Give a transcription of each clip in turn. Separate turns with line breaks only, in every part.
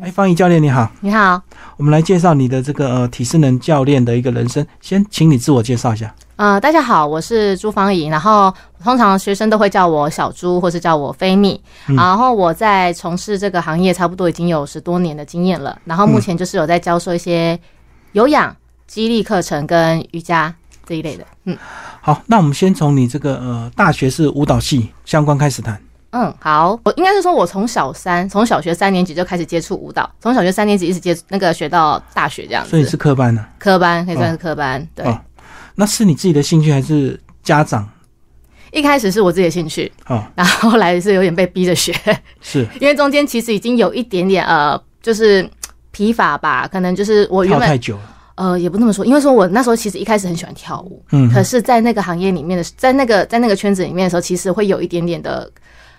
哎，方怡教练你好，
你好，
我们来介绍你的这个呃体适能教练的一个人生。先请你自我介绍一下。
呃，大家好，我是朱芳怡。然后通常学生都会叫我小朱，或是叫我飞蜜。
嗯
然后我在从事这个行业差不多已经有十多年的经验了。然
嗯
后目前就是有在教授一些有氧、激励课程跟瑜伽这一类的。嗯
好，那我们先从你这个呃大学是舞蹈系相关开始谈。
嗯，好，我应该是说我从小三，从小学三年级就开始接触舞蹈，从小学三年级一直接那个学到大学这样
所以你
子。
是科班呢、
科班可以算是科班，对。
哦那是你自己的兴趣还是家长？
一开始是我自己的兴趣，
哦，
然后后来是有点被逼着学。
是
因为中间其实已经有一点点呃，就是嗯疲乏吧，可能就是我原
跳太
本
久了。
呃也不那么说，因为说我那时候其实一开始很喜欢跳舞，
嗯，
可是，在那个行业里面的，在那个在那个圈子里面的时候，其实会有一点点的，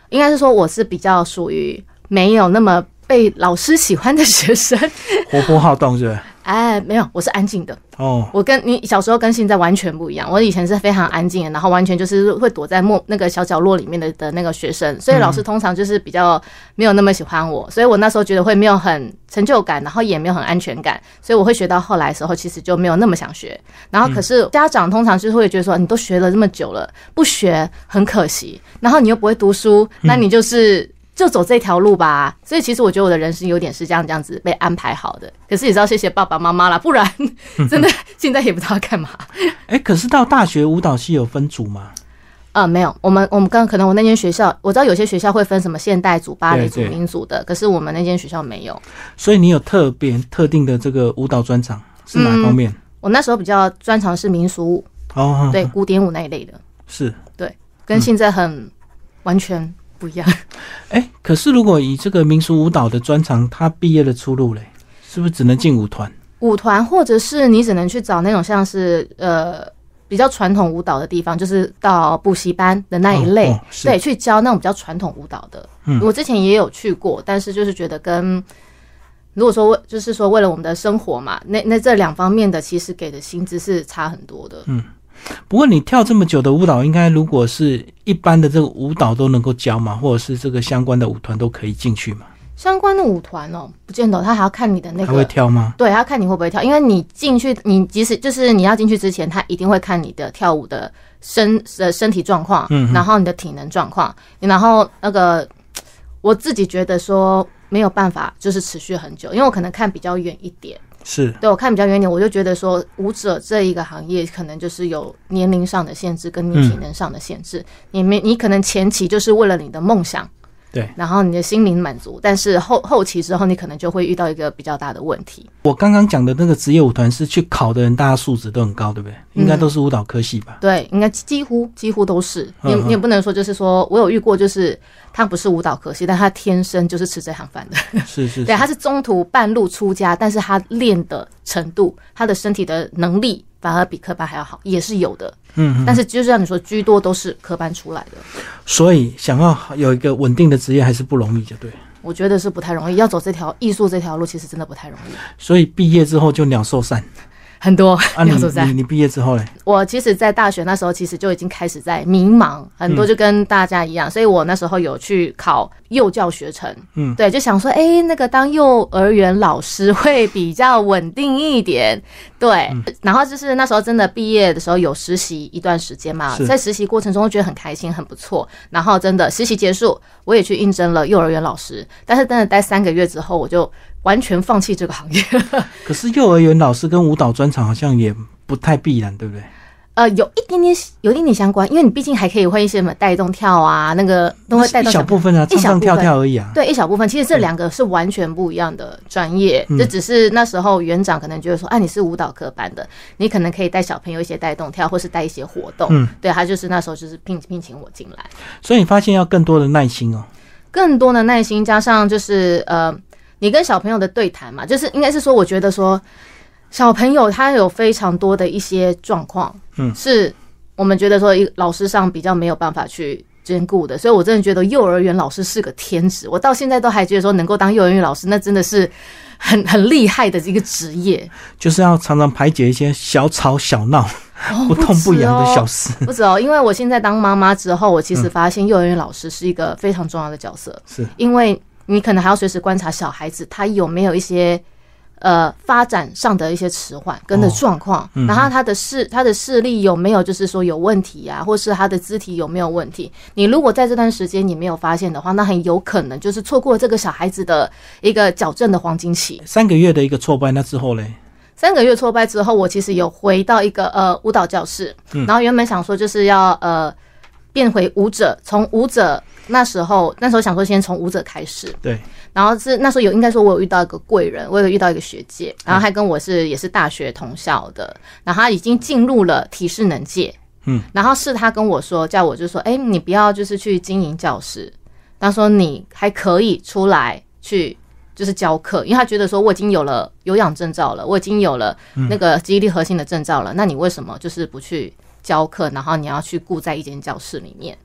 应该是说我是比较属于没有那么被老师喜欢的学生，
活泼好动是不是？
哎，没有，我是安静的，
哦，
我跟你小时候跟现在完全不一样。我以前是非常安静的，然后完全就是会躲在默那个小角落里面的的那个学生，所以老师通常就是比较没有那么喜欢我，所以我那时候觉得会没有很成就感，然后也没有很安全感，所以我会学到后来的时候，其实就没有那么想学。然后可是家长通常就是会觉得说，你嗯都学了这么久了，不学很可惜，然后你又不会读书，那你就是。就走这条路吧，所以其实我觉得我的人生有点是这样这样子被安排好的。可是也知道谢谢爸爸妈妈啦，不然 真的现在也不知道干嘛。
哎、可是到大学舞蹈系有分组吗？
呃，没有，我们我们刚可能我那间学校，我知道有些学校会分什么现代组、芭蕾组、
对对
民组的，可是我们那间学校没有。
所以你有特别特定的这个舞蹈专长是哪方面？
我那时候比较专长是民俗舞，
哦，
嗯对，古典舞那一类的，
是。
跟现在很完全不一样。
哎、可是如果以这个民俗舞蹈的专长，他毕业的出路嘞，是不是只能进舞团？
舞团，或者是你只能去找那种像是呃比较传统舞蹈的地方，就是到补习班的那一类，
哦哦是
对，去教那种比较传统舞蹈的。
嗯
我之前也有去过，但是就是觉得跟如果说为就是说为了我们的生活嘛，那那这两方面的其实给的薪资是差很多的。
嗯不过你跳这么久的舞蹈，应该如果是一般的这个舞蹈都能够教嘛，或者是这个相关的舞团都可以进去嘛？
相关的舞团哦，不见得，他还要看你的那
他会
个。
跳吗？
对，他看你会不会跳，因为你进去，你即使就是你要进去之前，他一定会看你的跳舞的身呃身体状况，
嗯哼
然后你的体能状况，然后那个呃我自己觉得说没有办法，就是持续很久，因为我可能看比较远一点，
是
对我看比较远一点，我就觉得说舞者这一个行业可能就是有年龄上的限制跟你体能上的限制，你
嗯
没你可能前期就是为了你的梦想。
对，
然后你的心灵满足，但是后后期之后，你可能就会遇到一个比较大的问题。
我刚刚讲的那个职业舞团是去考的人，大家素质都很高，对不对？
嗯
应该都是舞蹈科系吧？
对，应该几乎几乎都是。你也
嗯嗯
你也不能说就是说我有遇过，就是他不是舞蹈科系，但他天生就是吃这行饭的。
是是
对，
是。
他是中途半路出家，但是他练的程度，他的身体的能力反而比科班还要好，也是有的。
嗯，
但是就像你说，居多都是科班出来的，
所以想要有一个稳定的职业还是不容易，就对。
我觉得是不太容易。要走这条艺术这条路，其实真的不太容易。
所以毕业之后就鸟兽散
很多
啊！你
要走在
你你毕业之后嘞？
我其实，在大学那时候，其实就已经开始在迷茫，很
嗯
多就跟大家一样，所以我那时候有去考幼教学程，
嗯
对，就想说，哎、那个当幼儿园老师会比较稳定一点，对。
嗯
然后就是那时候真的毕业的时候有实习一段时间嘛
是，
在实习过程中觉得很开心，很不错。然后真的实习结束，我也去应征了幼儿园老师，但是真的待三个月之后，我就完全放弃这个行业了。
可是幼儿园老师跟舞蹈专长好像也不太必然，对不对？
呃，有一点点，有一点点相关，因为你毕竟还可以会一些什么带动跳啊，那个都会带
一
动
小部分啊，
一
唱
小
唱
部分
跳跳而已啊。
对，一小部分。其实这两个是完全不一样的专业，
嗯
这只是那时候园长可能觉得说，啊，你是舞蹈科班的，你可能可以带小朋友一些带动跳，或是带一些活动。
嗯
对他就是那时候就是聘聘请我进来，
所以你发现要更多的耐心哦。
更多的耐心，加上就是呃，你跟小朋友的对谈嘛，就是应该是说，我觉得说小朋友他有非常多的一些状况，
嗯
是我们觉得说一老师上比较没有办法去。兼顾的，所以我真的觉得幼儿园老师是个天职，我到现在都还觉得说能够当幼儿园老师，那真的是很很厉害的一个职业。
就是要常常排解一些小吵小闹、
哦
不痛不
止
痒的
哦
小事。
不止哦，因为我现在当妈妈之后，我其实发现幼儿园老师是一个非常重要的角色，
是
因为你可能还要随时观察小孩子他有没有一些呃发展上的一些迟缓跟的状况，然后他的视他的视力有没有就是说有问题啊，或是他的肢体有没有问题？你如果在这段时间你没有发现的话，那很有可能就是错过这个小孩子的一个矫正的黄金期。
三个月的一个挫败，那之后嘞，
三个月挫败之后，我其实有回到一个呃舞蹈教室，然后原本想说就是要呃变回舞者，从舞者那时候那时候想说先从舞者开始，
对，
然后是那时候有应该说我有遇到一个贵人，我有遇到一个学姐，然后她跟我是也是大学同校的，然后她已经进入了体适能界，
嗯，
然后是她跟我说叫我就说，哎、你不要就是去经营教室，她说你还可以出来去。就是教课，因为她觉得说我已经有了有氧证照了，我已经有了那个记忆力核心的证照了，那你为什么就是不去教课，然后你要去顾在一间教室里面？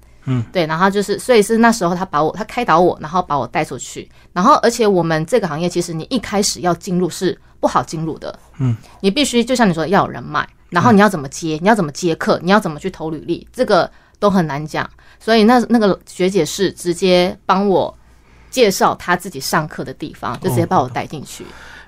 对，然后就是，所以是那时候他把我，他开导我，然后把我带出去，然后而且我们这个行业其实你一开始要进入是不好进入的，
嗯，
你必须就像你说的要有人脉，然后你要怎么接，你要怎么接客，你要怎么去投履历，这个都很难讲。所以那那个学姐是直接帮我介绍她自己上课的地方，就直接把我带进去。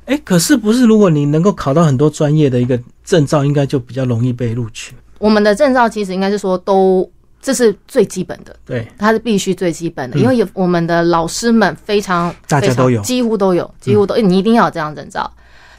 哎，可是不是如果你能够考到很多专业的一个证照，应该就比较容易被录取，
我们的证照其实应该是说都这是最基本的，
对，
它是必须最基本的，因为有我们的老师们非常
嗯大家都有嗯
非常几乎都有，几乎都、你一定要有这样证照。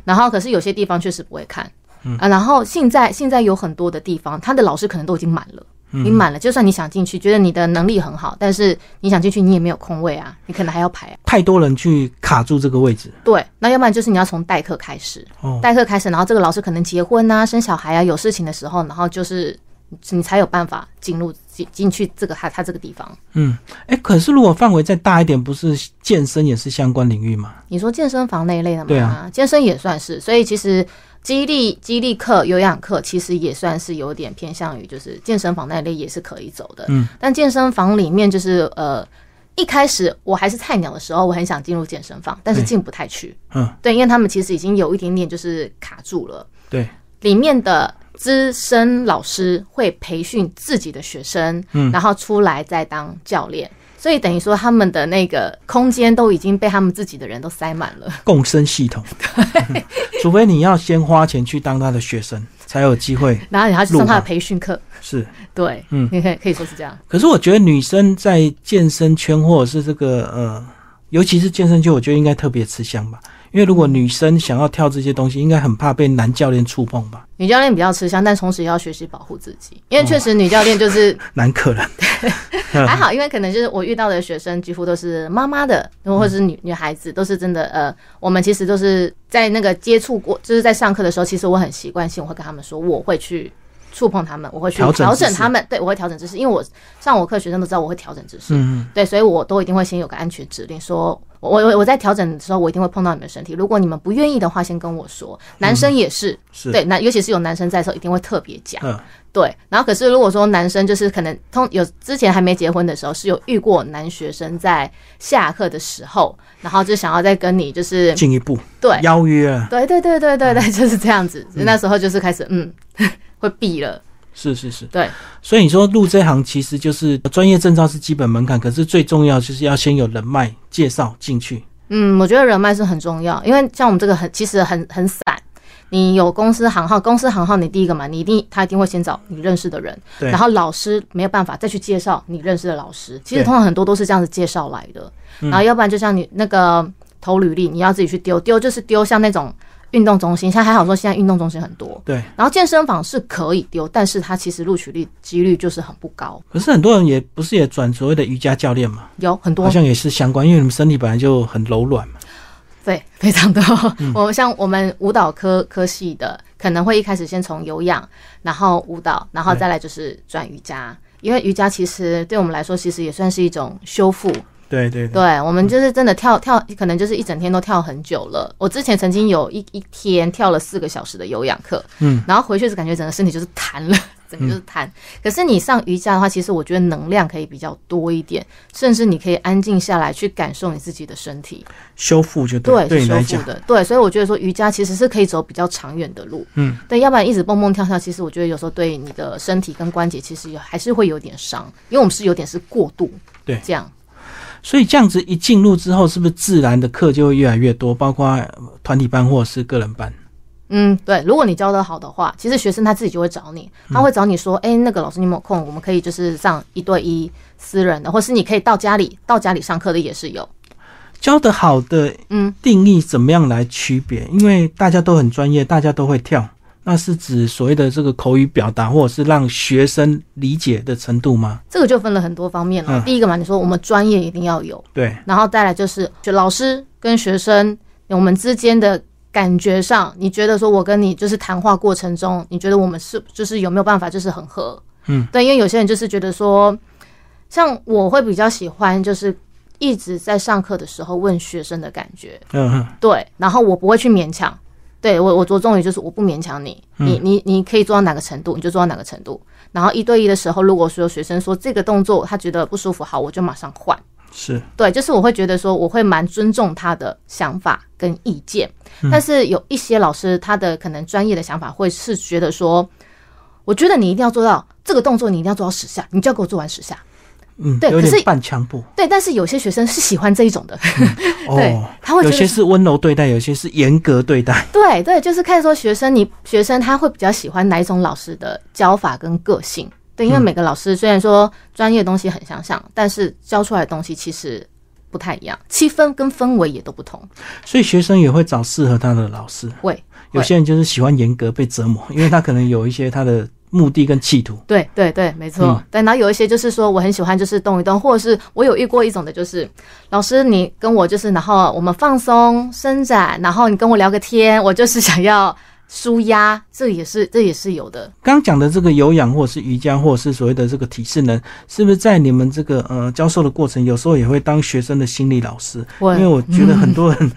然后可是有些地方确实不会看，
嗯
啊，然后现在现在有很多的地方，他的老师可能都已经满了。
嗯
你满了，就算你想进去，觉得你的能力很好，但是你想进去，你也没有空位啊，你可能还要排啊。
太多人去卡住这个位置，
对，那要不然就是你要从代课开始，
哦
代课开始，然后这个老师可能结婚啊、生小孩啊、有事情的时候，然后就是你才有办法进入进进去这个他他这个地方。
嗯，哎，可是如果范围再大一点，不是健身也是相关领域吗？
你说健身房那一类的吗？
对啊
健身也算是，所以其实激励激励课、有氧课其实也算是有点偏向于就是健身房那一类也是可以走的。
嗯，
但健身房里面就是呃。一开始我还是菜鸟的时候，我很想进入健身房，但是进不太去。
嗯，
对，因为他们其实已经有一点点就是卡住了。
对，
里面的资深老师会培训自己的学生，
嗯
然后出来再当教练，所以等于说他们的那个空间都已经被他们自己的人都塞满了。
共生系 统，嗯除非你要先花钱去当他的学生，才有机会
然后你要去上他
录
的
吧
培训课，
是。
对，
嗯
你可以可以说是这样。
可是我觉得女生在健身圈或者是这个呃，尤其是健身圈，我觉得应该特别吃香吧。因为如果女生想要跳这些东西，应该很怕被男教练触碰吧，
女教练比较吃香，但同时也要学习保护自己，因为确实女教 练就是、
男客人。
还好，因为可能就是我遇到的学生几乎都是妈妈的，或者是女女孩子，都是真的。呃，我们其实都是在那个接触过，就是在上课的时候，其实我很习惯性，我会跟他们说，我会去触碰他们，我会去
调整
调
姿势
整他们，对我会调整姿势，因为我上我课学生都知道我会调整姿势，
嗯，
对，所以我都一定会先有个安全指令说。我我我在调整的时候，我一定会碰到你们的身体。如果你们不愿意的话，先跟我说。男生也是，
是
对，那尤其是有男生在的时候，一定会特别讲。
嗯，
对，然后可是如果说男生就是可能通有之前还没结婚的时候是有遇过男学生在下课的时候，然后就想要再跟你就是
进一步
对
邀约啊
对对对对对对，就是这样子。那时候就是开始嗯 会避了，
是是是，
对
所以你说入这行其实就是专业证照是基本门槛，可是最重要就是要先有人脉介绍进去。
嗯，我觉得人脉是很重要，因为像我们这个很其实很很散。你有公司行号，公司行号你第一个嘛，你一定他一定会先找你认识的人，
对
然后老师没有办法再去介绍你认识的老师，其实
对
通常很多都是这样子介绍来的，然后要不然就像你那个投履历，你要自己去丢，丢就是丢像那种运动中心，现在还好说现在运动中心很多，
对，
然后健身房是可以丢，但是它其实录取率几率就是很不高，
可是很多人也不是也转所谓的瑜伽教练嘛，
有很多
好像也是相关，因为你们身体本来就很柔软嘛。
对， 非常多。
嗯
我们像我们舞蹈科科系的，可能会一开始先从有氧，然后舞蹈，然后再来就是转瑜伽。因为瑜伽其实对我们来说，其实也算是一种修复。
对对对，
对我们就是真的跳跳，可能就是一整天都跳很久了。我之前曾经有一一天跳了四个小时的有氧课，
嗯，
然后回去是感觉整个身体就是弹了， 整个就是弹。可是你上瑜伽的话，其实我觉得能量可以比较多一点，甚至你可以安静下来去感受你自己的身体。
修复就
对，
对
是
你
修
来
复
讲，
的，对，所以我觉得说瑜伽其实是可以走比较长远的路，
嗯，
对，要不然一直蹦蹦跳跳，其实我觉得有时候对你的身体跟关节其实有还是会有点伤，因为我们是有点是过度，
对
这样，
所以这样子一进入之后，是不是自然的课就会越来越多，包括团体班或者是个人班？
嗯，对，如果你教的好的话，其实学生他自己就会找你，
嗯
他会找你说，哎、那个老师你有没有空？我们可以就是上一对一私人的，或是你可以到家里到家里上课的也是有。
教的好的
嗯，
定义怎么样来区别？因为大家都很专业，大家都会跳，那是指所谓的这个口语表达，或者是让学生理解的程度吗？
这个就分了很多方面了。
嗯
第一个嘛，你说我们专业一定要有，
对，
然后再来就是就老师跟学生我们之间的感觉上，你觉得说我跟你就是谈话过程中，你觉得我们是就是有没有办法就是很合？
嗯，
对，因为有些人就是觉得说，像我会比较喜欢就是一直在上课的时候问学生的感觉，
嗯嗯
对，然后我不会去勉强。对我，我着重于就是我不勉强你，你你你可以做到哪个程度，你就做到哪个程度。然后一对一的时候，如果说有学生说这个动作他觉得不舒服，好，我就马上换。
是，
对，就是我会觉得说，我会蛮尊重他的想法跟意见，
嗯
但是有一些老师他的可能专业的想法会是觉得说，我觉得你一定要做到这个动作，你一定要做到十下，你就要给我做完十下。
嗯，
对
有
可
点
是
半强迫
对，但是有些学生是喜欢这一种的，对
哦，。
他会觉
有
得
些
说
是温柔对待，有些是严格对待。
对对，就是看说学生你学生他会比较喜欢哪一种老师的教法跟个性。对，
嗯
因为每个老师虽然说专业的东西很相像，但是教出来的东西其实不太一样，气氛跟氛围也都不同。
所以学生也会找适合他的老师。
会，
有些人就是喜欢严格被折磨，因为他可能有一些他的目的跟企图。
对对对，没错。
嗯
对，然后有一些就是说我很喜欢，就是动一动，或者是我有遇过一种的，就是老师你跟我就是，然后我们放松伸展，然后你跟我聊个天，我就是想要舒压，这也是这也是有的。
刚讲的这个有氧或者是瑜伽或者是所谓的这个体适能，是不是在你们这个呃教授的过程，有时候也会当学生的心理老师？
会
因为我觉得很多人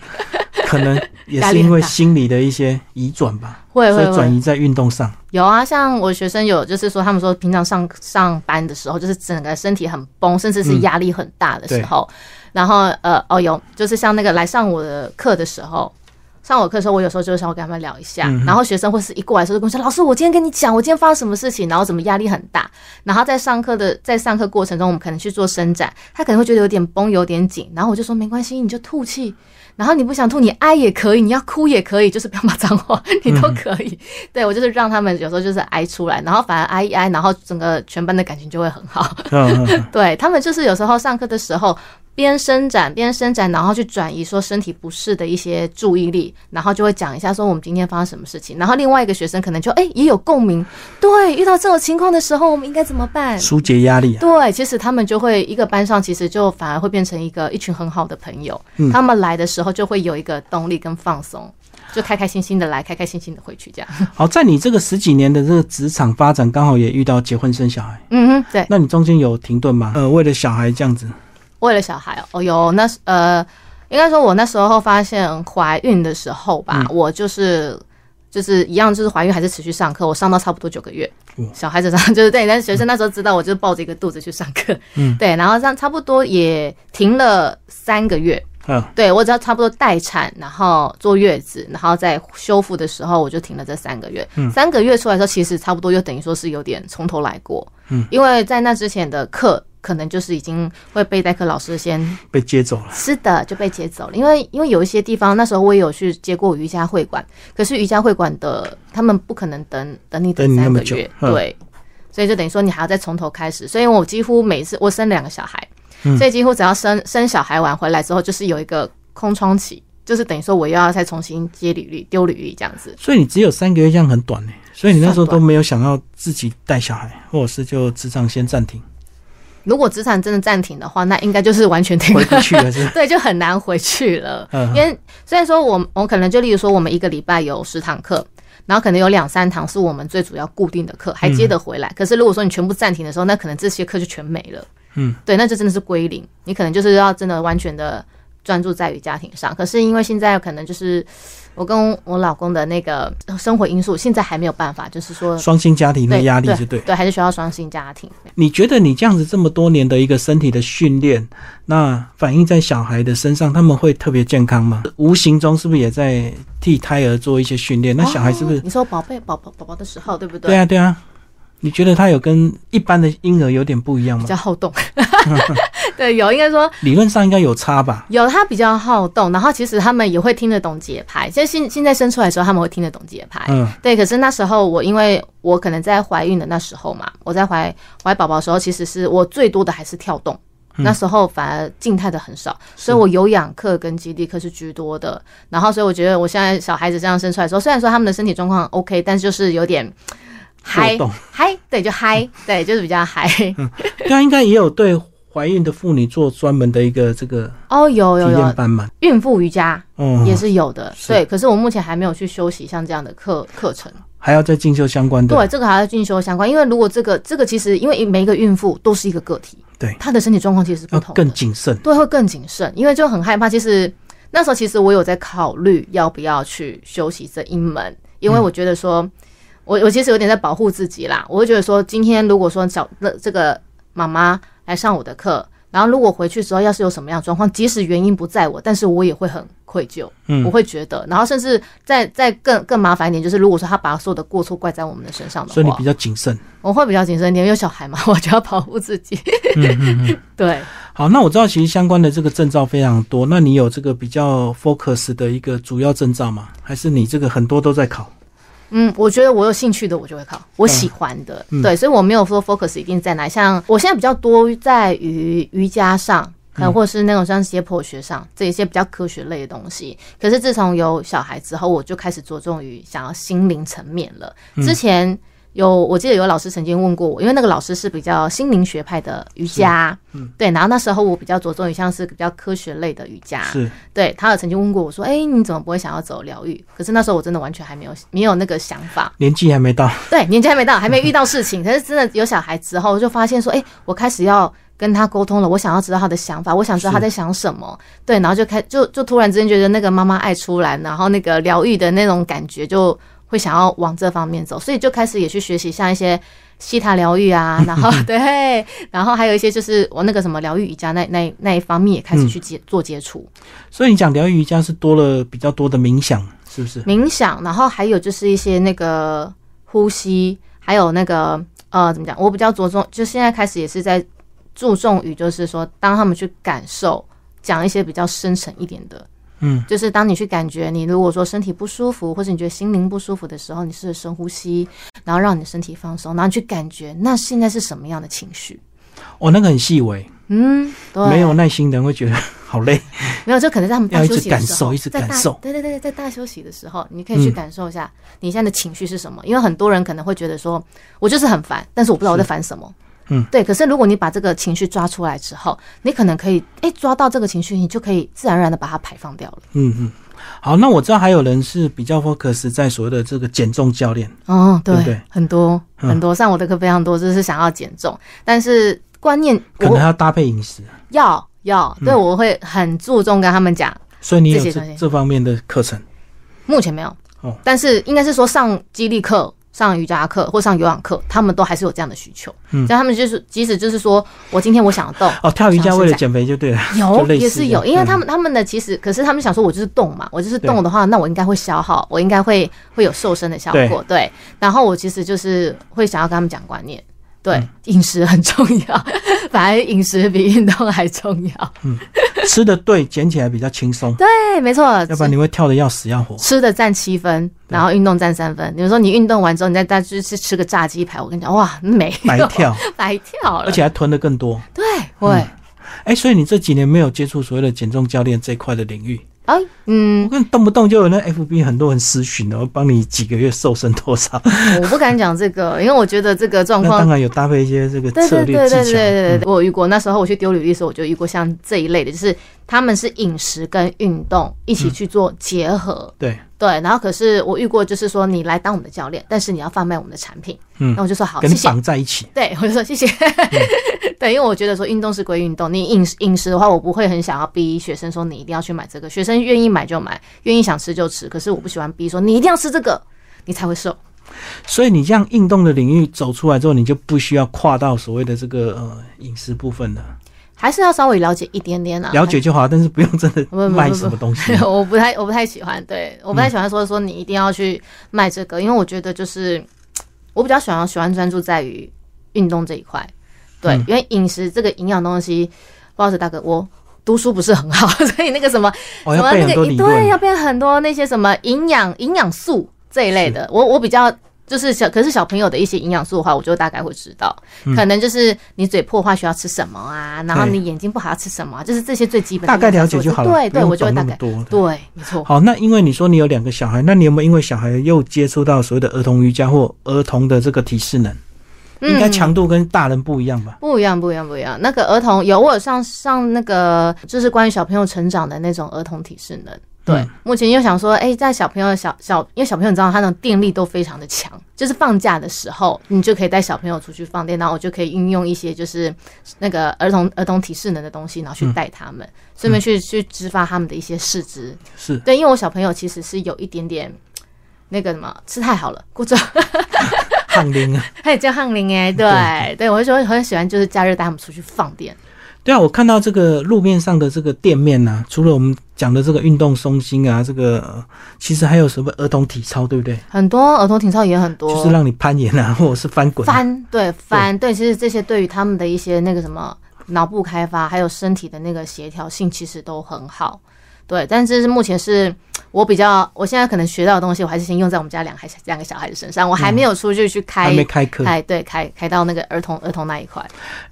可能也
压
是
力
因
很
为
大
心理的一些移转 吧，
会
所
会
以转
会
移在运动上。
有啊，像我学生有就是说，他们说平常上上班的时候，就是整个身体很崩，甚至是压力很大的时候，然后呃哦有就是像那个来上我的课的时候。上我课的时候，我有时候就会稍微跟他们聊一下，然后学生会是一过来的时候就跟我说：“老啊师，我今天跟你讲，我今天发生什么事情，然后怎么压力很大。”然后在上课的在上课过程中，我们可能去做伸展，他可能会觉得有点绷，有点紧，然后我就说没关系，你就吐气，然后你不想吐，你哀也可以，你要哭也可以，就是不要骂脏话，你都可以。对我就是让他们有时候就是哀出来，然后反而哀一哀，然后整个全班的感情就会很好。
嗯嗯嗯，
对他们就是有时候上课的时候。边伸展边伸展，然后去转移说身体不适的一些注意力，然后就会讲一下说我们今天发生什么事情，然后另外一个学生可能就哎、也有共鸣，对，遇到这种情况的时候我们应该怎么办？
疏解压力啊。
对，其实他们就会一个班上，其实就反而会变成一个一群很好的朋友。
嗯
他们来的时候就会有一个动力跟放松，就开开心心的来，开开心心的回去，这样。
好，在你这个十几年的这个职场发展，刚好也遇到结婚生小孩，
嗯哼，对。
那你中间有停顿吗？呃，为了小孩这样子。
为了小孩哦，哦有那时呃，应该说我那时候发现怀孕的时候吧，我就是。就是一样，就是怀孕还是持续上课，我上到差不多九个月
嗯，
小孩子上就是对，但是学生那时候知道，我就是抱着一个肚子去上课，
嗯，
对，然后上差不多也停了三个月，
嗯，
对我只要差不多待产，然后坐月子，然后再修复的时候，我就停了这三个月，嗯，三个月出来的时候，其实差不多又等于说是有点从头来过，嗯，因为在那之前的课可能就是已经会被代课老师先
被接走了。
是的，就被接走了。因为因为有一些地方，那时候我也有去接过瑜伽会馆，可是瑜伽会馆的他们不可能等等你
等你那
三
么
个
久
月，
嗯
对，所以就等于说你还要再从头开始。所以我几乎每次我生两个小孩，所以几乎
嗯
只要生生小孩完回来之后，就是有一个空窗期，就是等于说我又要再重新接履历、丢履历这样子。
所以你只有三个月，这样很短呢、所以你那时候
算
都
短
没有想要自己带小孩，或者是就职场先暂停，
如果职场真的暂停的话，那应该就是完全停了
回不去了是
对，就很难回去了。
嗯
因为虽然说我们我可能就例如说我们一个礼拜有十堂课，然后可能有两三堂是我们最主要固定的课，
嗯
还接得回来。可是如果说你全部暂停的时候，那可能这些课就全没了。
嗯，
对，那就真的是归零，你可能就是要真的完全的专注在于家庭上。可是因为现在可能就是我跟我老公的那个生活因素，现在还没有办法，就是说
双薪家庭的压力就对。
对，还是需要双薪家庭。
你觉得你这样子这么多年的一个身体的训练，那反映在小孩的身上，他们会特别健康吗？无形中是不是也在替胎儿做一些训练？那小孩是不是？
哦你说宝贝宝宝宝宝的时候，对不对？
对啊，对啊。你觉得他有跟一般的婴儿有点不一样
比
吗？
较好动， 对，有应该说
理论上应该有差吧？
有他比较好动，然后其实他们也会听得懂节拍。其实现现在生出来的时候，他们会听得懂节拍。
嗯
对，可是那时候我因为我可能在怀孕的那时候嘛，我在怀怀宝宝的时候，其实是我最多的还是跳动。
嗯
那时候反而静态的很少，所以我有氧课跟基地课是居多的。然后，所以我觉得我现在小孩子这样生出来的时候，虽然说他们的身体状况 OK，但是就是有点嗨
动嗯
嗨，对，就嗨，对，就是比较嗨。
对啊，应该也有对怀孕的妇女做专门的一个这个
哦，有
体
有有
验，班嘛。
孕妇瑜伽
嗯，
也是有的，
是
对。可是我目前还没有去修习像这样的课课程。
还要再进修相关的。
对，这个还要进修相关，因为如果这个这个其实因为每一个孕妇都是一个个体，
对
她的身体状况其实是不
要
同的，
更谨慎。
对，会更谨慎，因为就很害怕。其实那时候其实我有在考虑要不要去休息这一门，因
嗯
为我觉得说，我我其实有点在保护自己啦。我会觉得说，今天如果说小这个妈妈来上我的课。然后，如果回去之后要是有什么样的状况，即使原因不在我，但是我也会很愧疚，
嗯
我会觉得。然后，甚至再再更更麻烦一点，就是如果说他把所有的过错怪在我们的身上的话，
所以你比较谨慎。
我会比较谨慎一点，因为有小孩嘛，我 就要保护自己。
嗯
对，
好，那我知道其实相关的这个证照非常多，那你有这个比较 focus 的一个主要证照吗？还是你这个很多都在考？
嗯，我觉得我有兴趣的我就会考，我喜欢的，对，所以我没有说 focus 一定在哪。像我现在比较多在于瑜伽上。可能或是那种像解剖学上这一些比较科学类的东西，可是自从有小孩之后，我就开始着重于想要心灵层面了。之前有我记得有老师曾经问过我，因为那个老师是比较心灵学派的瑜伽，对，然后那时候我比较着重于像是比较科学类的瑜伽，
是，
对他有曾经问过我说：“哎、你怎么不会想要走疗愈？”可是那时候我真的完全还没有没有那个想法，
年纪还没到，
对，年纪还没到，还没遇到事情。可是真的有小孩之后，就发现说：“哎、我开始要跟他沟通了，我想要知道他的想法，我想知道他在想什么。”对，然后就开就就突然之间觉得那个妈妈爱出来，然后那个疗愈的那种感觉就会想要往这方面走，所以就开始也去学习像一些。西塔疗愈啊，然后 对，然后还有一些就是我那个什么疗愈瑜伽那那那一方面也开始去接、做接触，
所以你讲疗愈瑜伽是多了比较多的冥想，是不是？
冥想，然后还有就是一些那个呼吸，还有那个呃，怎么讲？我比较着重，就现在开始也是在注重于，就是说，当他们去感受，讲一些比较深沉一点的。
嗯，
就是当你去感觉你如果说身体不舒服，或者你觉得心灵不舒服的时候，你试着深呼吸，然后让你的身体放松，然后你去感觉那现在是什么样的情绪。
哦，那个很细微，
嗯，对，
没有耐心的人会觉得 好累。
没有，就可能在他们大
要一
休
直
息的
感
时候，
受一直
在
感
大
受嗯
对对对，在大休息的时候，你可以去感受一下你现在的情绪是什么，因为很多人可能会觉得说，我就是很烦，但是我不知道我在烦什么。
嗯，
对。可是如果你把这个情绪抓出来之后，你可能可以，哎，抓到这个情绪，你就可以自然而然的把它排放掉了。
嗯嗯，好，那我知道还有人是比较 focus 在所谓的这个减重教练，
哦，
对不对
很多
嗯
很多，上我的课非常多，就是想要减重，但是观念
可能嗯
我
还要搭配饮食，
要要，对我会很注重跟他们讲，
所以你有
这些
这
东西
这方面的课程。
目前没有，
哦
但是应该是说上肌力课、上瑜伽课或上有氧课，他们都还是有这样的需求。嗯，但他们就是即使就是说我今天我想要动，
哦，跳瑜伽
尝试
为了
在
减肥就对了，就
有
类似嗯
也是
这
有，
样
因为他们他们的其实，可是他们想说，我就是动嘛，我就是动的话，那我应该会消耗，我应该会会有瘦身的效果，对。然后我其实就是会想要跟他们讲观念，对，
嗯
饮食很重要， 反而饮食比运动还重要。
吃的对，减起来比较轻松，
对，哎没错，
要不然你会跳的要死要活。
吃的占七分，然后运动占三分。比如说你运动完之后，你再再去吃吃个炸鸡排，我跟你讲，哇， 没有
白跳，
白跳了，
而且嗯还囤的更多。
对会。
哎、所以你这几年没有接触所谓的减重教练这一块的领域，
哎，嗯
我，看动不动就有那 FB 很多人私讯哦，帮你几个月瘦身多少，
我不敢讲这个， 因为我觉得这个状
那
况
当，然有搭配一些这个
哦对
策
对
略
对对对
技
对
巧。嗯
对对，我有遇过。那时候我去丢履历的时候，我就遇过像这一类的，就是他们是饮食跟运动一
嗯
起去做结合，
对，
对。然后可是我遇过，就是说你来当我们的教练，但是你要贩卖我们的产品，
嗯
那我就说好，
给
谢
你
谢。
绑在一起。
对，我就说谢谢。
嗯
对，因为我觉得说运动是归运动，你饮食饮食的话，我不会很想要逼学生说你一定要去买这个，学生愿意买就买，愿意想吃就吃。可是我不喜欢逼说你一定要吃这个，你才会瘦。
所以你这样运动的领域走出来之后，你就不需要跨到所谓的这个呃饮食部分了，
还是要稍微了解一点点啦、
了解就好，但是不用真的
啊不不不
卖什么东西。
我不太我不太喜欢，对我不
嗯
太喜欢说说你一定要去卖这个，因为我觉得就是我比较喜
嗯
欢喜欢专注在于运动这一块，对，因为饮食这个营养东西，不好意思，大哥，我读书不是很好， 所以那个什么
哦，
什
要
么
背
那
很
个
多
一
理
对
论
要，变很多那些什么营养营养素这一类的，我我比较。就是小，可是小朋友的一些营养素的话，我就大概会知道，
嗯
可能就是你嘴破坏需要吃什么啊，然后
对
你眼睛不好要吃什么啊、就是这些最基本的
大概
营
了
养素
解就好了，
对
不
对，
用
我就会
懂
大
那么
概
多。
对，没错。
好，那因为你说你有两个小孩，那你有没有因为小孩又接触到所谓的儿童瑜伽或儿童的这个体适能？
嗯
应该强度跟大人不一样吧？
不一样，不一样，不一样。那个儿童有我有上上那个，就是关于小朋友成长的那种儿童体适能。对，
嗯
目前又想说，哎、在小朋友的小小，因为小朋友你知道他那种电力都非常的强，就是放假的时候，你就可以带小朋友出去放电，然后我就可以运用一些就是那个儿童儿童体适能的东西，然后去带他们，顺、便去去激发他们的一些四肢。
是
对，因为我小朋友其实是有一点点那个什么，吃太好了，骨折。
抗龄啊。
还有叫翰林 哎，对对，我就很喜欢，就是假日带他们出去放电。
对啊，我看到这个路面上的这个店面呐、除了我们讲的这个运动中心啊，这个呃其实还有什么儿童体操，对不对？
很多儿童体操也很多，
就是让你攀岩啊，或者是翻滚啊、
哦翻对翻对，其实这些对于他们的一些那个什么脑部开发，还有身体的那个协调性，其实都很好。对，但这是目前是我比较，我现在可能学到的东西，我还是先用在我们家两孩两个小孩子身上，我还没有出去去开
还没开课。哎、
开对开开到那个儿童儿童那一块。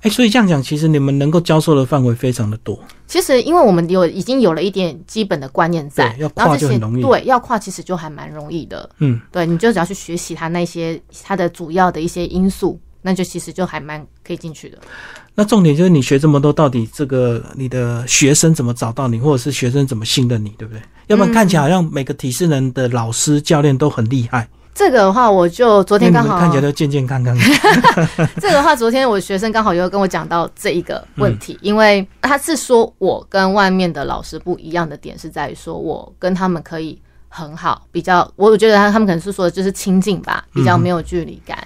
所以这样讲，其实你们能够教授的范围非常的多。
其实，因为我们有已经有了一点基本的观念在
对，要
然后
跨
这
就
些
很容易
对，要跨其实就还蛮容易的。
嗯，
对，你就只要去学习它那些它的主要的一些因素，那就其实就还蛮可以进去的。
那重点就是你学这么多，到底这个你的学生怎么找到你，或者是学生怎么信任你，对不对？要不然看起来好像每个体适能的老师、教练都很厉害，
这个的话，我就昨
因为
天
你
刚
们
好啊
看起来都健健康康的。
这个的话，昨天我学生刚好有跟我讲到这一个问题，因为他是说我跟外面的老师不一样的点是在于说我跟他们可以很好，比较我我觉得他他们可能是说的就是亲近吧，比较没有距离感。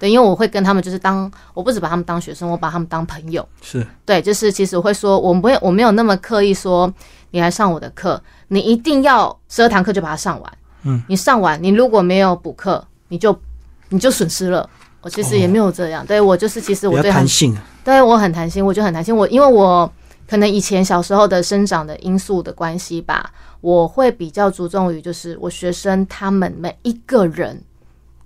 对，因为我会跟他们就是当我不只把他们当学生，我把他们当朋友。
是，
对，就是其实我会说，我不会，我没有那么刻意说你来上我的课，你一定要十二堂课就把它上完。
嗯，
你上完，你如果没有补课，你就你就损失了。我其实也没有这样，对我就是其实
比
我
较
对他
弹
们，
性啊。
对我很贪心，我就很贪心。我因为我可能以前小时候的生长的因素的关系吧，我会比较注重于就是我学生他们每一个人，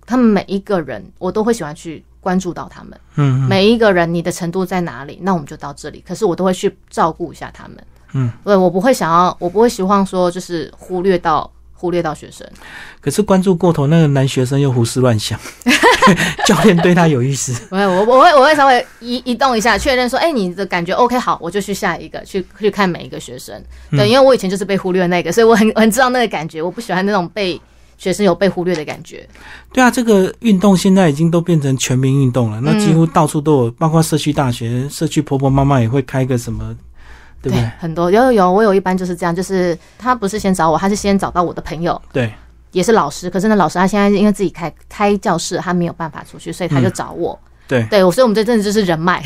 他们每一个人，我都会喜欢去关注到他们。
嗯，嗯
每一个人你的程度在哪里，那我们就到这里。可是我都会去照顾一下他们，
嗯，
对我不会想要，我不会希望说就是忽略到忽略到学生。
可是关注过头，那个男学生又胡思乱 想，教练对他有意思。
我会我我会我会稍微移移动一下，确认说，哎、你的感觉 OK 好，我就去下一个去去看每一个学生。对，因为我以前就是被忽略的那个，所以我很很知道那个感觉，我不喜欢那种被学生有被忽略的感觉。
对啊，这个运动现在已经都变成全民运动了，
嗯
那几乎到处都有，包括社区大学、社区婆婆妈妈也会开个什么，对不对？
很多有有有，我有一般就是这样，就是他不是先找我，他是先找到我的朋友，
对，
也是老师，可是那老师他现在因为自己开开教室，他没有办法出去，所以他就找我。
嗯对嗯
对，我所以我们这阵子就是 人脉，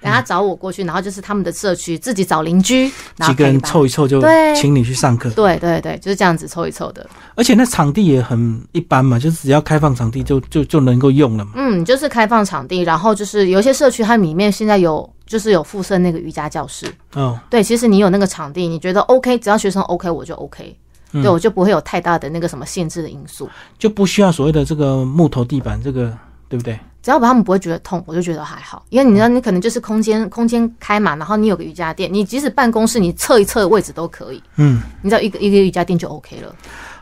然后他找我过去，然后就是他们的社区自己找邻居，
几
然后
个
开一
人
班。
凑一凑就
对
请你去上课，
对对对，就是这样子凑一凑的。
而且那场地也很一般嘛，就是只要开放场地就就就能够用了嘛。
嗯，就是开放场地，然后就是有一些社区它里面现在有就是有附设那个瑜伽教室。
哦，
对，其实你有那个场地，你觉得 OK，只要学生 OK，我就 OK。
嗯
对，我就不会有太大的那个什么限制的因素，
就不需要所谓的这个木头地板，这个对不对？
只要把他们不会觉得痛，我就觉得还好。因为你
嗯
知道，你可能就是空间空间开嘛，然后你有个瑜伽垫，你即使办公室你侧一侧位置都可以，
嗯，
你只要一个一个瑜伽垫就 OK 了。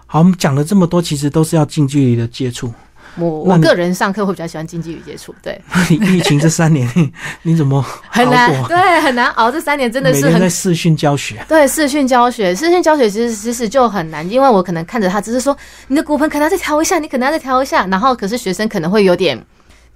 好，我们讲了这么多，其实都是要近距离的接触。
我
那
我
你
个人上课会比较喜欢近距离接触，对，
你疫情这三年， 你你怎么
很
熬
难
过，啊
对，很难熬。这三年真的
每
是
天
很
在视讯教学？
对，视讯教学，视讯教学其实其实就很难，因为我可能看着他，只是说你的骨盆可能要再调一下，你可能要再调一下，然后可是学生可能会有点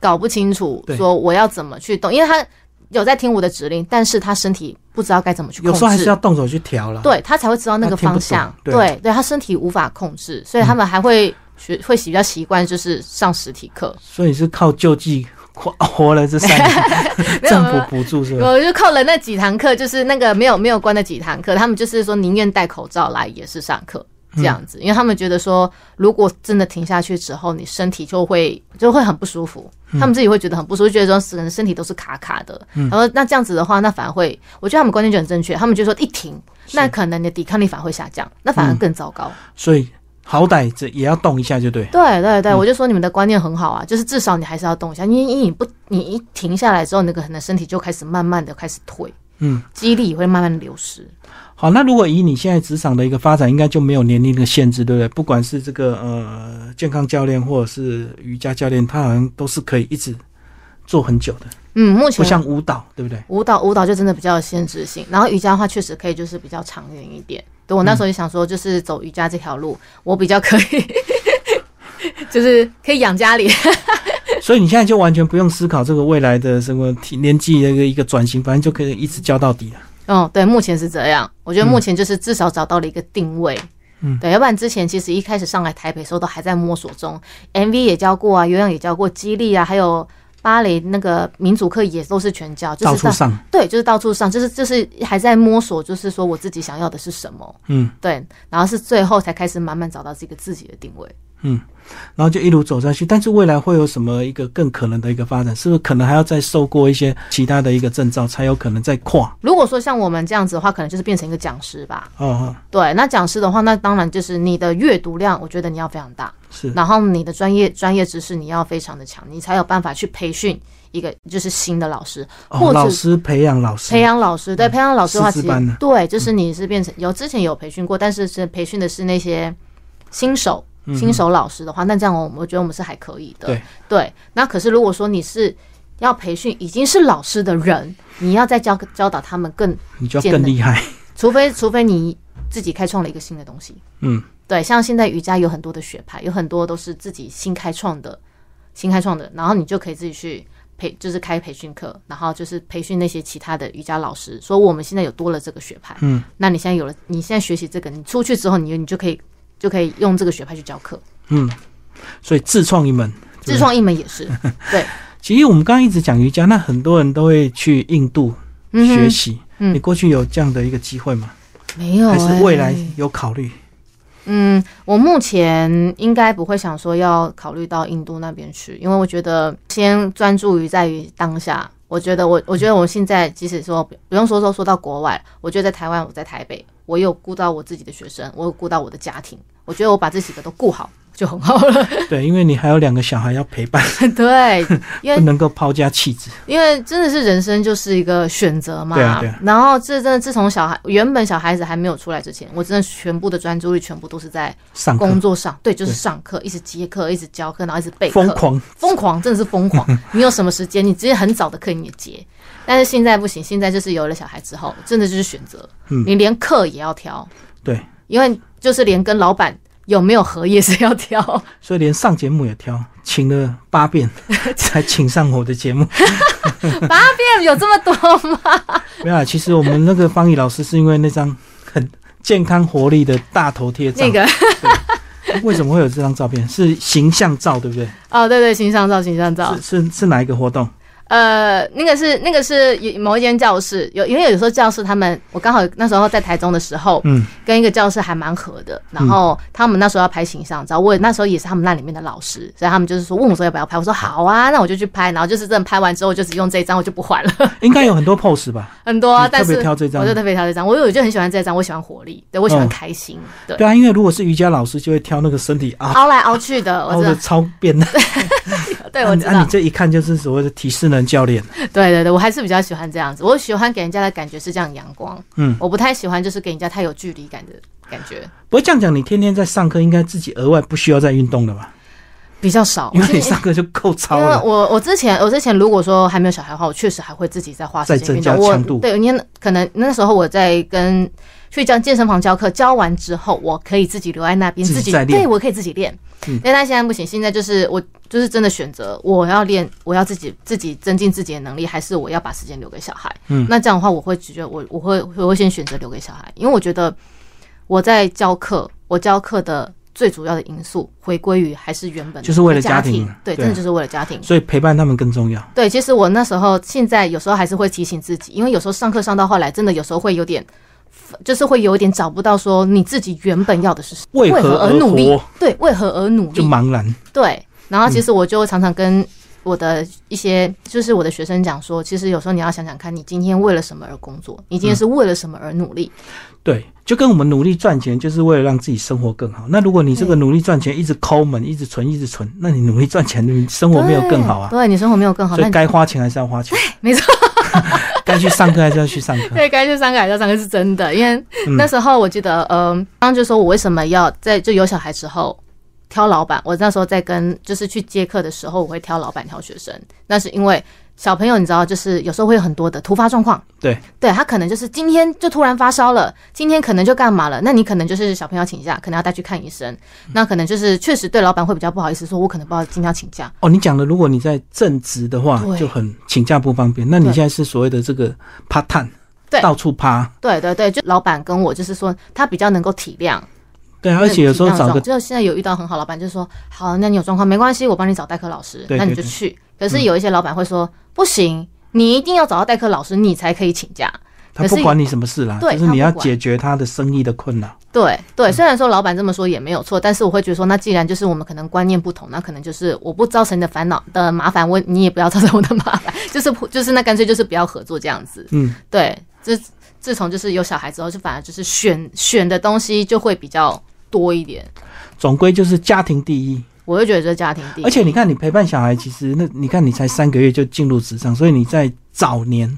搞不清楚，
对
说我要怎么去动，因为他有在听我的指令，但是他身体不知道该怎么去控
有时候还是
制
要。动手去调了。，
对他才会知道那
他
个
听不
方向，
懂对
对对，他身体无法控制，所以他们还会学、
嗯
会比较习惯就是上实体课，
所以是靠救济活活了这三年，
没有
政
没有
府补助是吧？
我就靠了那几堂课，就是那个没有没有关的几堂课，他们就是说宁愿戴口罩来也是上课，
嗯
这样子，因为他们觉得说，如果真的停下去之后，你身体就会就会很不舒服，
嗯
他们自己会觉得很不舒服，觉得说可能身体都是卡卡的。然后那这样子的话，那反而会，我觉得他们观念就很正确，他们就说一停，那可能你的抵抗力反而会下降，那
嗯
反而更糟糕。
所以好歹这也要动一下，就对。
对对对，我就说你们的观念很好啊，就是至少你还是要动一下，你你你不你一停下来之后，那个可能身体就开始慢慢的开始退，
嗯，
肌力也会慢慢流失。
好，那如果以你现在职场的一个发展，应该就没有年龄的限制，对不对？不管是这个呃健康教练或者是瑜伽教练，他好像都是可以一直做很久的，
嗯，目
不
前
像舞蹈，对不对？
舞蹈舞蹈就真的比较有限制性，然后瑜伽的话确实可以就是比较长远一点。对我那时候也想说，就是走瑜伽这条路，我比较可以，就是可以 养家里。
所以你现在就完全不用思考这个未来的什么体年纪的一个一个转型，反正就可以一直教到底了。
嗯，对，目前是这样。我觉得目前就是至少找到了一个定位。
嗯
对，要不然之前其实一开始上来台北的时候都还在摸索中，MV 也教过啊，有氧也教过，激励啊，还有芭蕾那个民族课也都是全教，就
到
是
处
到
上，
对，就是到处上，就是就是还在摸索，就是说我自己想要的是什么。
嗯
对，然后是最后才开始慢慢找到这个自己的定位。
嗯，然后就一路走下去。但是未来会有什么一个更可能的一个发展？是不是可能还要再受过一些其他的一个证照，才有可能再跨？
如果说像我们这样子的话，可能就是变成一个讲师吧。
哦哦，
对，那讲师的话，那当然就是你的阅读量，我觉得你要非常大，
是。哦
然后你的专业专业知识你要非常的强，你才有办法去培训一个就是新的老师，
哦，
或者
老师培养老师，
培养老师。对，培养老师的话，
嗯师
其
资班呢
实对，就是你是变成有之前有培训过，但是是培训的是那些新手。新手老师的话，那这样我我觉得我们是还可以的。
嗯对
对，那可是如果说你是要培训已经是老师的人，你要再教教导他们更，
你就要更厉害。
除非除非你自己开创了一个新的东西。
嗯，
对，像现在瑜伽有很多的学派，有很多都是自己新开创的，新开创的，然后你就可以自己去培，就是开培训课，然后就是培训那些其他的瑜伽老师，说我们现在有多了这个学派，
嗯，
那你现在有了，你现在学习这个，你出去之后你，你就可以就可以用这个学派去教课，
嗯，所以自创一门。
自创一门也 是，对，
其实我们刚刚一直讲瑜伽，那很多人都会去印度
嗯哼
学习。
嗯
你过去有这样的一个机会吗？
没有、欸，
还是未来有考虑？
嗯，我目前应该不会想说要考虑到印度那边去，因为我觉得先专注于在于当下。我觉得我，我觉得我现在即使说不用说说说到国外，我觉得在台湾，我在台北，我有顾到我自己的学生，我有顾到我的家庭，我觉得我把这几个都顾好就很好 了。
对，因为你还有两个小孩要陪伴，
对，因
不
为
能够抛家弃子。
因为真的是人生就是一个选择嘛。
对啊对啊
然后这真的自从小孩原本小孩子还没有出来之前，我真的全部的专注力全部都是在
上课
工作上，对，就是
对
上课，一直接课，一直教课，然后一直备课，
疯狂，
疯狂，真的是 疯狂。你有什么时间，你直接很早的课你也接。但是现在不行，现在就是有了小孩之后，真的就是选择，
嗯
你连课也要挑，
对，
因为就是连跟老板有没有合也是要 挑。
所以连上节目也挑，请了八 遍才请上我的节目。
八遍有这么多吗？
没有啊啦，其实我们那个方宇老师是因为那张很健康活力的大头贴照
那。个
为什么会有这张照片？是形象照，对不对？
哦，对对，形象照，形象照。
是是是哪一个活动？
呃，那个是那个是有某一间教室，有因为有时候教室他们，我刚好那时候在台中的时候，
嗯，
跟一个教室还蛮合的，然后他们那时候要拍形象照，我也那时候也是他们那里面的老师，所以他们就是说问我说要不要拍，我说好啊，那我就去拍，然后就是真的拍完之后，我就只用这一张，我就不换了
应该有很多 pose 吧？
很多啊，
你
但
特别
是
挑这张
我就特别挑这张，我有就很喜欢这张，我喜欢活力，对我喜欢
嗯
开心，对，
对啊，因为如果是瑜伽老师，就会挑那个身体啊
凹来凹去的，我
凹
知
的
道，
超变态。
对
那
我
你
知
啊，
道
你，这一看就是所谓的体适能教练。
对对对，我还是比较喜欢这样子，我喜欢给人家的感觉是这样阳光，
嗯，
我不太喜欢就是给人家太有距离感的感觉，
不过这样讲，你天天在上课，应该自己额外不需要再运动了吧？
比较少，
因为
哦我
你
是
上课就够
因
超
为
了。
我我之前我之前如果说还没有小孩的话，我确实还会自己再花时
再增
间运
加
动。我
强度
对，因为可能那时候我在跟去教健身房教课，教完之后我可以自己留在那边
自己
自己
再练
对我可以自己练。
嗯
但他现在不行，现在就是我就是真的选择我要练，我要自己自己增进自己的能力，还是我要把时间留给小孩？
嗯
那这样的话，我会觉得我我会我会先选择留给小孩，因为我觉得我在教课，我教课的。最主要的因素回归于还是原本的
就是为了家
家
庭
对，
对
真的就是为了家庭。
所以陪伴他们更重要。
对，其实我那时候现在有时候还是会提醒自己，因为有时候上课上到后来，真的有时候会有点就是会有一点找不到说你自己原本要的是什么，
为
为
何
何而
而
努力
活？
对，为何而努
就嗯
力？
茫然。
对。然后其实我就常常跟我的一些就是我的学生讲说，其实有时候你要想想看，你今天为了什么而工作？你今
嗯
天是为了什么而努力？
对，就跟我们努力赚钱，就是为了让自己生活更好。那如果你这个努力赚钱一直抠门，一直存，一直存，那你努力赚钱，你生活没有更好啊。
对你生活没有更好，
所
那
以
你
该花钱还是要 花钱，
没错。
该去上课还是要去上课。
对，该去上课还是要上课是真的，因为
嗯
那时候我记得，嗯、刚刚就说我为什么要在就有小孩之后挑老板，我那时候在跟就是去接课的时候，我会挑老板挑学生，那是因为小朋友你知道，就是有时候会有很多的突发状况，
对，
对他可能就是今天就突然发烧了，今天可能就干嘛了，那你可能就是小朋友请假，可能要带去看医生，
嗯
那可能就是确实对老板会比较不好意思，说我可能不好今天要请假，
哦，你讲的，如果你在正职的话，
对
就很请假不方便。那你
对
现在是所谓的这个趴探，
对
到处趴，
对对对，就老板跟我就是说他比较能够体谅。
对啊，而且有时候找个
就现在有遇到很好老板，就是说好，那你有状况没关系，我帮你找代课老师，
对
那你就
对对嗯
去。可是有一些老板会说、不行，你一定要找到代课老师，你才可以请假。
他不管你什么事啦，
对
就是你要
他不管
解决他的生意的困扰。
对
嗯
对，虽然说老板这么说也没有错，但是我会觉得说，那既然就是我们可能观念不同，那可能就是我不造成你的烦恼的麻烦，我你也不要造成我的麻烦， 就是就是那干脆就是不要合作这样子。
嗯，
对，自自从就是有小孩之后，就反而就是选选的东西就会比较多一点，
总归就是家庭第一。
我会觉得这是家庭第一。
而且你看，你陪伴小孩，其实那你看你才三个月就进入职场，所以你在早年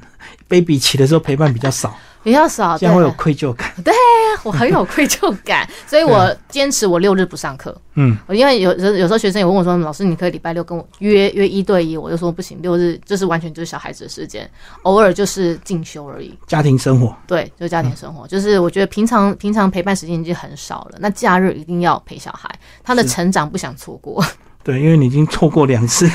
baby 期的时候陪伴比较少，
比较少，
这
哦对。
样会有愧疚感。
我很有愧疚 感，所以我坚持我六日不上课。
嗯，
我因为有有有时候学生也问我说，老师你可以礼拜六跟我约约一对一，我就说不行，六日就是完全就是小孩子的时间，偶尔就是进修而已。
家庭生活，
对，就是家庭
嗯
生活，就是我觉得平常平常陪伴时间已经很少了，那假日一定要陪小孩，他的
是
成长不想错过，
对，因为你已经错过两次。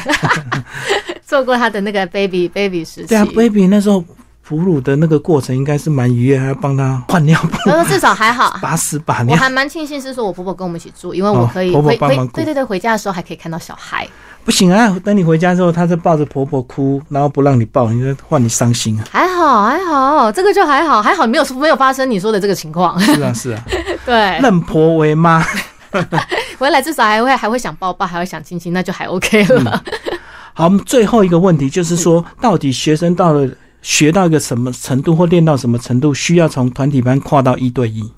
错过他的那个 baby baby 时期。
对啊，baby 那时候哺乳的那个过程应该是蛮愉悦，还要帮他换尿布、
然后至少 还好，
把屎把
我
尿。
还蛮庆幸是说我婆婆跟我们一起住，因为我
哦
可以
婆婆
回
帮
回
忙顾
对对对，回家的时候还可以看到小孩。
不行啊，等你回家之后，她就抱着婆婆哭，然后不让你抱，你就换你伤心啊。
还好，还好，这个就还好，还好没有没有发生你说的这个情况。
是啊，是啊，
对，
认婆为妈。
回来至少还会还会想抱抱，还会想亲亲，那就还 OK 了。
嗯好，我们最后一个问题就是说，到底学生到了学到一个什么程度，或练到什么程度，需要从团体班跨到一对一？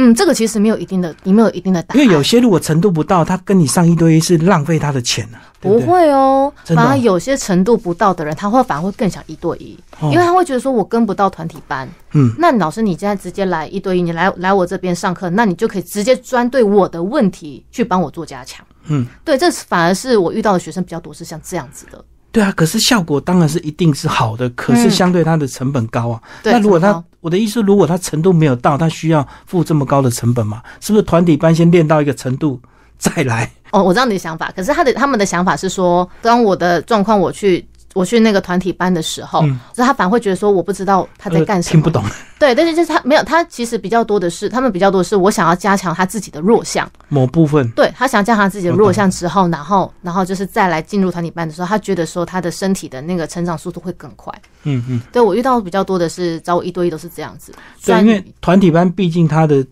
嗯这个其实没有一定的，你没有一定的答
因
案，
为有些如果程度不到，他跟你上一对一是浪费他的钱啊，对
不
对？
会哦，
真的哦
反而有些程度不到的人，他会反而会更想一对一，
哦
因为他会觉得说我跟不到团体班，
嗯，
那老师你现在直接来一对一，你来来我这边上课，那你就可以直接专对我的问题去帮我做加强。
嗯，
对，这是反而是我遇到的学生比较多是像这样子的。
对啊，可是效果当然是一定是好的，可是
嗯
相对它的成本高啊。
对
那如果
成本
他
高
我的意思，如果他程度没有到，他需要付这么高的成本嘛？是不是团体班先练到一个程度再来？
哦，我知道你的想法，可是他的他们的想法是说，当我的状况我去我去那个团体班的时候，
嗯
就是他反而会觉得说我不知道他在
呃
干什
听
么。
不懂，
对，但是就是他没有，他其实比较多的是，他们比较多的是我想要加强他自己的弱项，
某部分
对他想加强自己的弱项之后，然后然后就是再来进入团体班的时候，他觉得说他的身体的那个成长速度会更快。
嗯嗯，
对我遇到比较多的是找我一对一都是这样子，
对，
专
因为团体班毕竟他的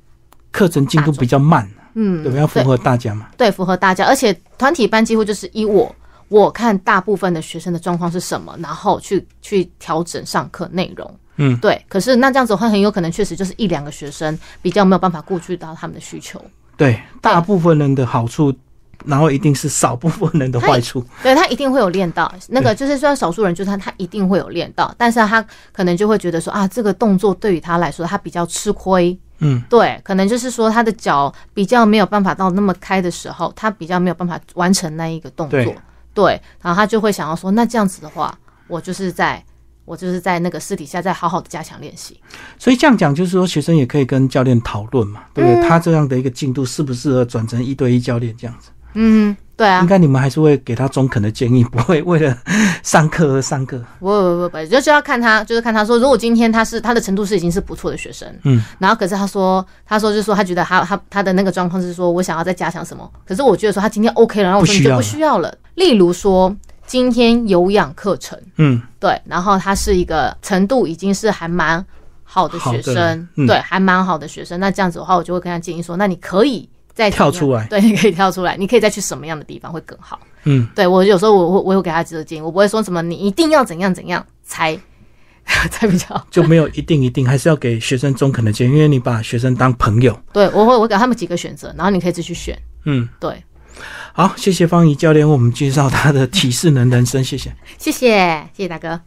课程进度比较慢，
嗯
对吧？要符合大家嘛。
对，符合大家，而且团体班几乎就是依我我看大部分的学生的状况是什么，然后去去调整上课内容。
嗯
对。可是那这样子会很有可能确实就是一两个学生比较没有办法顾及到他们的需求，
对，大部分人的好处，然后一定是少部分人的坏处。
对他一定会有练到那个，就是虽然少数人就是他他一定会有练到，但是他可能就会觉得说啊，这个动作对于他来说他比较吃亏。
嗯，
对，可能就是说他的脚比较没有办法到那么开的时候，他比较没有办法完成那一个动作。
对
对，然后他就会想要说，那这样子的话，我就是在我就是在那个私底下再好好的加强练习。
所以这样讲就是说，学生也可以跟教练讨论嘛，对不
嗯
对？他这样的一个进度适不适合转成一对一教练这样子？
嗯，对啊
应，该你们还是会给他中肯的建议，不会为了上课而上课。
不不不不，就是要看他，就是看他说，如果今天他是他的程度是已经是不错的学生，
嗯，
然后可是他说，他说就是说他觉得他他他的那个状况是说我想要再加强什么，可是我觉得说他今天 OK 了，然后我说
不
你
需要
就不
了
需要了。例如说今天有氧课程。
嗯，
对，然后它是一个程度已经是还蛮好的学
好的
生，
嗯
对，还蛮好的学生。那这样子的话，我就会跟他建议说，那你可以再怎么样
跳出来
对，你可以跳出来，你可以再去什么样的地方会更好。
嗯，
对我有时候我我我有给他指导建议，我不会说什么你一定要怎样怎样才 才比较。
就没有一定一定，还是要给学生中肯的建议，因为你把学生当朋友。
对我会我给他们几个选择，然后你可以自己去选。
嗯，
对，
好，谢谢方怡教练为我们介绍他的体适能人生，谢谢。
谢谢谢谢大哥。